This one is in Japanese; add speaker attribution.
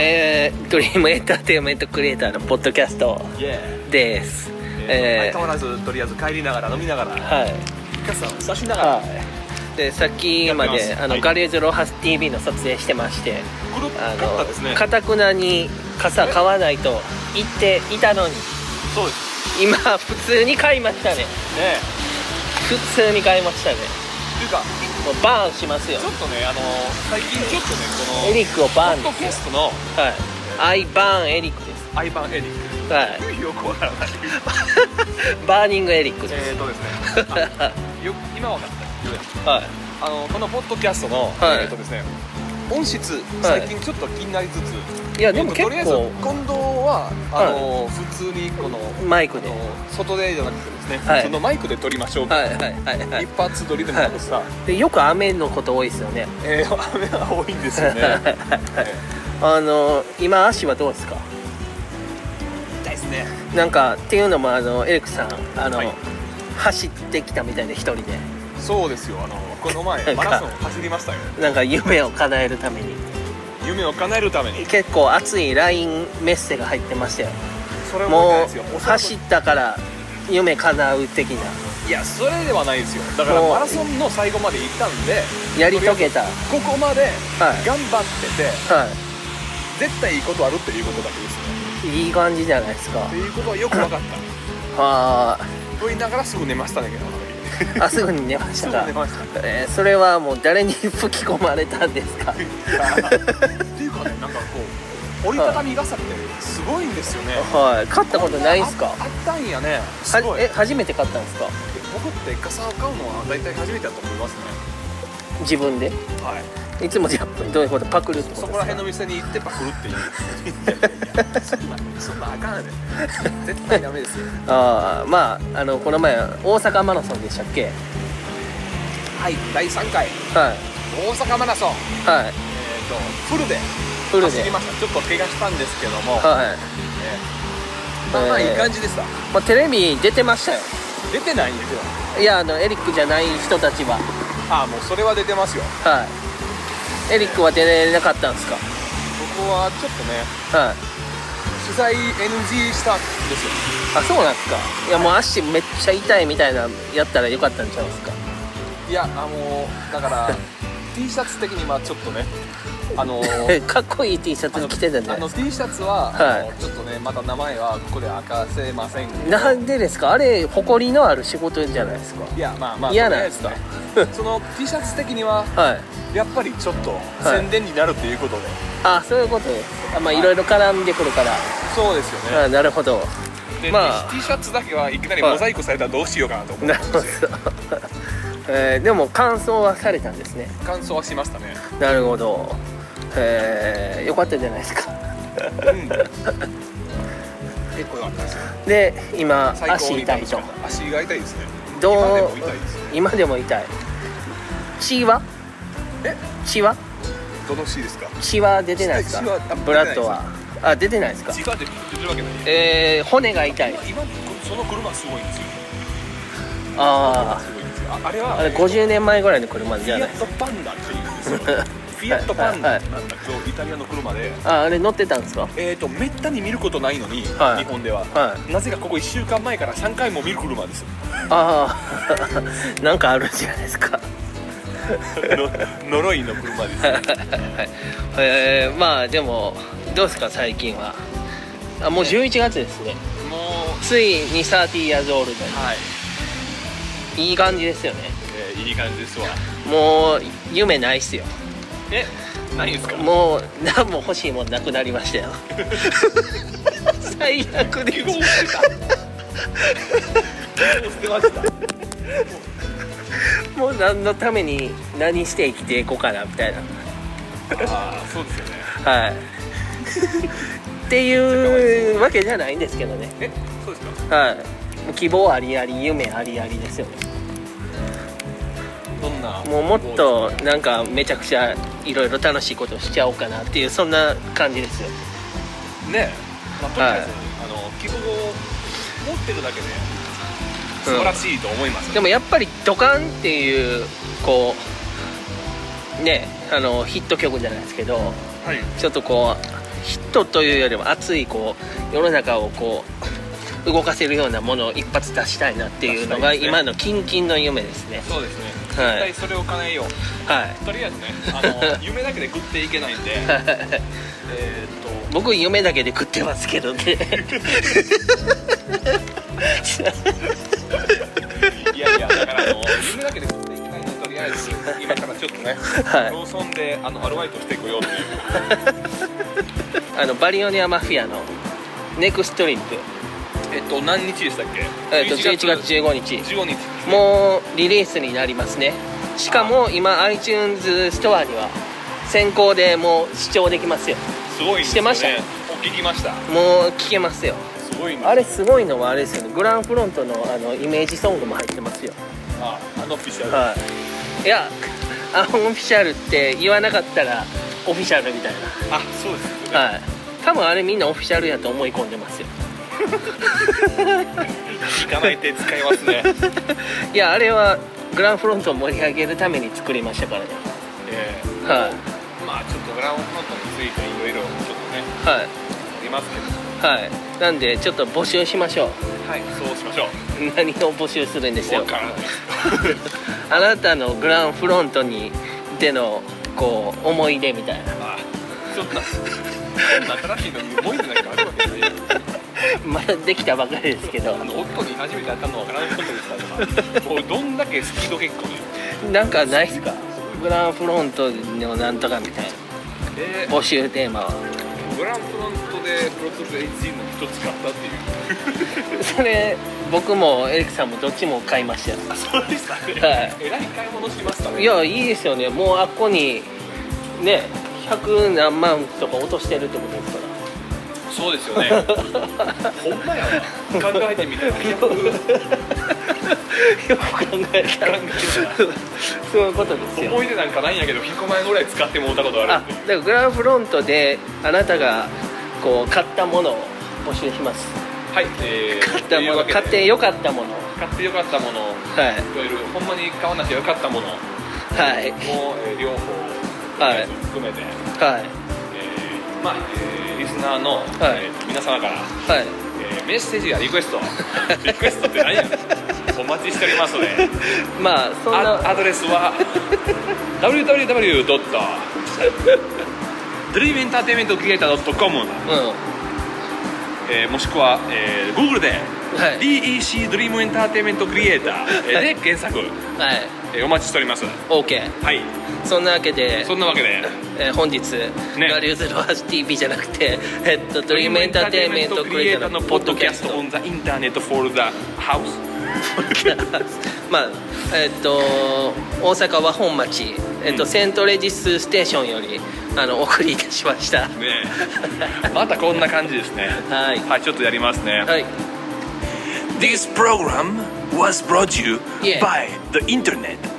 Speaker 1: えー、ドリームエンターテインメントクリエイターのポッドキャスト
Speaker 2: イエ
Speaker 1: です
Speaker 2: ーイ、
Speaker 1: え
Speaker 2: えー
Speaker 1: ー
Speaker 2: 変わらずとりあえず帰りながら飲みながら
Speaker 1: はい
Speaker 2: 傘を差しながら、
Speaker 1: はいでさっきま
Speaker 2: やって
Speaker 1: で
Speaker 2: ます
Speaker 1: あの、
Speaker 2: はい
Speaker 1: ガレージロハス TV の撮影してまして
Speaker 2: これ
Speaker 1: あ
Speaker 2: 買ったですね
Speaker 1: のかたくなに傘買わないと言っていたのに
Speaker 2: そうです
Speaker 1: 今普通に買いましたね
Speaker 2: ね
Speaker 1: 普通に買いましたね
Speaker 2: っていうか
Speaker 1: もうバーンしますよ
Speaker 2: ちょっとねあの最近ちょっとねこの
Speaker 1: エリックをバーン
Speaker 2: ポッド
Speaker 1: で
Speaker 2: キャストの
Speaker 1: すはいアイバーンエリックで
Speaker 2: 相番エリ
Speaker 1: す
Speaker 2: ッ
Speaker 1: はい
Speaker 2: クよくわか らない
Speaker 1: バーニングエリックです
Speaker 2: えーとですねあよ今わかったようや
Speaker 1: はい
Speaker 2: あのこのポッドキャストの、
Speaker 1: はい
Speaker 2: えーとですね音質最近ちょっと気になりつつ、
Speaker 1: いやでも
Speaker 2: えー
Speaker 1: 結
Speaker 2: ととりあえず
Speaker 1: 構
Speaker 2: 近藤はあの、普通にこの
Speaker 1: マイクで
Speaker 2: あ
Speaker 1: は
Speaker 2: の外でじゃなくてですね、
Speaker 1: はい
Speaker 2: そのマイクで撮りましょう、
Speaker 1: いはいはいはい
Speaker 2: 一発撮りでもなくさ、
Speaker 1: でよく雨のこと多いですよね
Speaker 2: えー雨が多いんですよね
Speaker 1: あの今足はどうですか
Speaker 2: 痛いですね
Speaker 1: なんかっていうのもあのエリックさんあの、
Speaker 2: はい
Speaker 1: 走ってきたみたいで一人で
Speaker 2: そうですよあのこの前マラソン走りましたよ
Speaker 1: なんか夢を叶えるために
Speaker 2: 夢を叶えるために
Speaker 1: 結構熱い LINE メッセが入ってましたよ
Speaker 2: それはもう
Speaker 1: も
Speaker 2: ですよ
Speaker 1: う走ったから夢叶う的ない
Speaker 2: やそれではないですよだから
Speaker 1: もう
Speaker 2: マラソンの最後まで行ったんで
Speaker 1: やり遂げたは
Speaker 2: ここまで
Speaker 1: はい
Speaker 2: 頑張ってて、絶対いいことあるっていうことだけですね
Speaker 1: いいい感じじゃないですか
Speaker 2: っていうことはよく分かっ
Speaker 1: は
Speaker 2: たと言いながらすぐ寝ましたねけどあの時
Speaker 1: ーあすぐに寝まし
Speaker 2: す
Speaker 1: た
Speaker 2: ぐ
Speaker 1: か
Speaker 2: 寝ました
Speaker 1: えーそれはもう誰に吹き込まれたんですか
Speaker 2: っていうかねなんかこう折りたたみ傘ってすごいんですよね
Speaker 1: はい買ったことないんすか
Speaker 2: ああったんやねす
Speaker 1: は
Speaker 2: ごい
Speaker 1: え初めて買ったんですか
Speaker 2: 僕って傘を買うのは大体初めてだと思いますね
Speaker 1: 自分で
Speaker 2: はい
Speaker 1: いつもやっぱりどういうことパクるってこと
Speaker 2: そ
Speaker 1: ですか
Speaker 2: こら辺の店に行ってパクるっていういやいやそんなそんなあかんで絶対ダメですよ
Speaker 1: ああまああのこの前大阪マラソンでしたっけ
Speaker 2: はい第3回
Speaker 1: はい
Speaker 2: 大阪マラソン
Speaker 1: はい
Speaker 2: えっ、とフルで
Speaker 1: フル
Speaker 2: 走
Speaker 1: で
Speaker 2: りましたちょっと怪我したんですけども、
Speaker 1: はい、
Speaker 2: えーまあまあいい感じでした
Speaker 1: まあ、テレビ出てましたよ
Speaker 2: 出てないんですよ
Speaker 1: いやあのエリックじゃない人たちは
Speaker 2: ああもうそれは出てますよ
Speaker 1: はいエリックは出れなかったんですか
Speaker 2: 僕はちょっとね
Speaker 1: はい
Speaker 2: 取材 NG したんですよ
Speaker 1: あそうなんですかいやもう足めっちゃ痛いみたいなやったらよかったんちゃうんですか
Speaker 2: いやあのだから T シャツ的にまあちょっ とねあの
Speaker 1: かっこいい T シャ
Speaker 2: あの
Speaker 1: ツ着てたんじゃない
Speaker 2: あ
Speaker 1: で
Speaker 2: の
Speaker 1: す
Speaker 2: T シャツは、
Speaker 1: はい
Speaker 2: あのちょっとねまた名前はここで明かせませんけ
Speaker 1: か
Speaker 2: ど
Speaker 1: なんでですかあれ誇りのある仕事じゃないですか
Speaker 2: いやまあまあ
Speaker 1: 嫌なんですか
Speaker 2: とりあえずね その T シャツ的には
Speaker 1: はい
Speaker 2: やっぱりちょっと
Speaker 1: い
Speaker 2: 宣伝になるっていうことで、
Speaker 1: あそういうことですあまあいろいろ絡んでくるから、
Speaker 2: そうですよね、
Speaker 1: あなるほど
Speaker 2: で、
Speaker 1: まあ
Speaker 2: T シャツだけはいきなり
Speaker 1: はい
Speaker 2: モザイクされたらどうしようかなと思って
Speaker 1: なるほど、 えーでも感想はされたんですね
Speaker 2: 感想はしまし たね
Speaker 1: なるほどえー、よかったじゃないですか
Speaker 2: うん結構良かったですよ
Speaker 1: で今
Speaker 2: 最高
Speaker 1: 足
Speaker 2: に
Speaker 1: 痛い
Speaker 2: 楽し
Speaker 1: と
Speaker 2: かった足が痛いですね
Speaker 1: どう
Speaker 2: 今でも痛いです
Speaker 1: 今でも痛い血は
Speaker 2: え
Speaker 1: 血は
Speaker 2: どの C ですか
Speaker 1: 血は出てないですか
Speaker 2: 血はあ
Speaker 1: ブラッドはあ出てないですか
Speaker 2: 違うって言ってるわけない
Speaker 1: えー、骨が痛い
Speaker 2: 今その車すごいんですよ
Speaker 1: あ
Speaker 2: すごいんですよああれ
Speaker 1: あ
Speaker 2: は
Speaker 1: あれ50年前ぐらいの車じゃ
Speaker 2: フィ
Speaker 1: な
Speaker 2: ア
Speaker 1: い
Speaker 2: ットパンダっていうんですよフィアットパンダなんだけどイタリアの車で
Speaker 1: ああれ乗ってたんですか
Speaker 2: えー、とめったに見ることないのに、
Speaker 1: はい
Speaker 2: 日本では、
Speaker 1: は
Speaker 2: なぜかここ1週間前から3回も見る車です
Speaker 1: ああ なんかあるじゃないですか
Speaker 2: の呪いの車です
Speaker 1: はい、 えー、まあでもどうですか最近はあもう11月ですね
Speaker 2: もう
Speaker 1: ついに30 years old
Speaker 2: はい、
Speaker 1: でいい感じですよね
Speaker 2: えーいい感じですわ
Speaker 1: もう夢ないっすよ
Speaker 2: え何ですか
Speaker 1: もう何も欲しいもんなくなりま したよ最悪で
Speaker 2: 記
Speaker 1: す
Speaker 2: 号してた記号してました
Speaker 1: もう何のために何して生きていこうかなみたいな
Speaker 2: ああそうですよね
Speaker 1: はいっていうわけじゃないんですけどね
Speaker 2: えそうですか
Speaker 1: はいもう希望ありあり夢ありありですよね
Speaker 2: どんな
Speaker 1: もうもっとなんかめちゃくちゃいろいろ楽しいことしちゃおうかなっていうそんな感じですよ
Speaker 2: ねまあ、とりあえず、
Speaker 1: はい
Speaker 2: あの希望を持ってるだけで素晴らしいと思います、
Speaker 1: でもやっぱりドカンっていうこうねあのヒット曲じゃないですけど
Speaker 2: はい
Speaker 1: ちょっとこうヒットというよりも熱いこう世の中をこう動かせるようなものを一発出したいなっていうのが
Speaker 2: 出したい
Speaker 1: 今
Speaker 2: ですね
Speaker 1: のキンキンの夢ですね
Speaker 2: そうですね絶
Speaker 1: はい
Speaker 2: 対それを叶えよう
Speaker 1: はい
Speaker 2: とりあえずね あの夢だけで食っていけないんでえーっと
Speaker 1: 僕夢だけで食ってますけどね
Speaker 2: いやいや、だからあの夢だけで食っていきたいのでとりあえず今からちょっとね、
Speaker 1: はい
Speaker 2: ローソンであのアルバイトしていこようっていう
Speaker 1: あのバリオニアマフィアのネクストリップ、
Speaker 2: えっと何日でしたっけ
Speaker 1: えっと11月15日
Speaker 2: 15日
Speaker 1: もうリリースになりますねしかも今 iTunes ストアには先行でもう視聴できますよ
Speaker 2: すごいんですよね
Speaker 1: してましたよ
Speaker 2: お聞きました
Speaker 1: もう聞けますよ
Speaker 2: すごいんですよ
Speaker 1: あれすごいのはあれですよねグランフロントのあのイメージソングも入ってますよ
Speaker 2: ああのオフィシャル、
Speaker 1: はいいやアンオフィシャルって言わなかったらオフィシャルみたい
Speaker 2: あそうです
Speaker 1: な
Speaker 2: よね
Speaker 1: はい多分あれみんなオフィシャルやと思い込んでますよ
Speaker 2: 行かない手使いますね
Speaker 1: いやあれはグランフロントを盛り上げるために作りましたからね
Speaker 2: え
Speaker 1: はい
Speaker 2: ーまあちょっとグラウンドノートについていろいろちょっとね
Speaker 1: はい
Speaker 2: ありますけど
Speaker 1: はいなんでちょっと募集しましょう
Speaker 2: はいそうしましょう
Speaker 1: 何を募集するんです
Speaker 2: わ
Speaker 1: よ
Speaker 2: からないです
Speaker 1: あなたのグランフロントにでのこう思い出みたいな
Speaker 2: あちょっとこんな新しいのに覚えてないからあるわけないよ
Speaker 1: まだできたばかりですけど
Speaker 2: あの夫に初めて会ったのはフランス人 ですからもうどんだけスピード結婚よ
Speaker 1: なんかないっすかグランフロントのなんとかみたいな
Speaker 2: で
Speaker 1: 募集テーマは
Speaker 2: グランフロントでプロトス HD の一つ買ったってい う
Speaker 1: それ僕もエリックさんもどっちも買いまし
Speaker 2: あそうでしたね、
Speaker 1: はい
Speaker 2: えらい買い物しました
Speaker 1: た
Speaker 2: ね
Speaker 1: いやいいですよねもうあっこにね100何万とか落としてるってことですから
Speaker 2: そうですよね ほんまやな考えてみ たら
Speaker 1: よく考えたら
Speaker 2: 考
Speaker 1: そういうことですよ
Speaker 2: 思い出なんかないんやけど100万円ぐらい使ってもうたことある
Speaker 1: あ
Speaker 2: っていう
Speaker 1: だからグランフロントであなたがこう買ったものを募集します
Speaker 2: はいえー、買
Speaker 1: 買ったもの買ってよかったもの
Speaker 2: 買ってよかったもの
Speaker 1: はい
Speaker 2: いわゆるほんまに買わなきゃよかったものも、
Speaker 1: はい
Speaker 2: えー両方
Speaker 1: はい
Speaker 2: 含めて、
Speaker 1: はい
Speaker 2: えーまあ、えーリスナーの、
Speaker 1: はい
Speaker 2: えー皆様から、
Speaker 1: はい
Speaker 2: えーメッセージやリクエストリクエストって何やお待ちしておりますので
Speaker 1: まあそん
Speaker 2: あ
Speaker 1: な
Speaker 2: アドレ スは www. ドリームエンターテインメントクリエイター .com、
Speaker 1: うん
Speaker 2: えーもしくは、えー Google で、
Speaker 1: はい
Speaker 2: DEC ドリームエンターテインメントクリエイターえーで検索、
Speaker 1: はい
Speaker 2: えーお待ちしておりますは
Speaker 1: OK
Speaker 2: い
Speaker 1: そんなわけで
Speaker 2: そんなわけで
Speaker 1: えー本日、
Speaker 2: ね
Speaker 1: ガリューゼロ TV じゃなくて、えっと、ドリームエンターテインメントクリエイターのポッドキャスト
Speaker 2: on the internet for the house
Speaker 1: まあえっと大阪は本町、えっと
Speaker 2: うん
Speaker 1: セントレジスステーションよりあのお送りいたしました
Speaker 2: ねえまたこんな感じですね
Speaker 1: はい
Speaker 2: はいちょっとやりますね、
Speaker 1: はい
Speaker 2: This program was brought to you
Speaker 1: Yeah.
Speaker 2: by the internet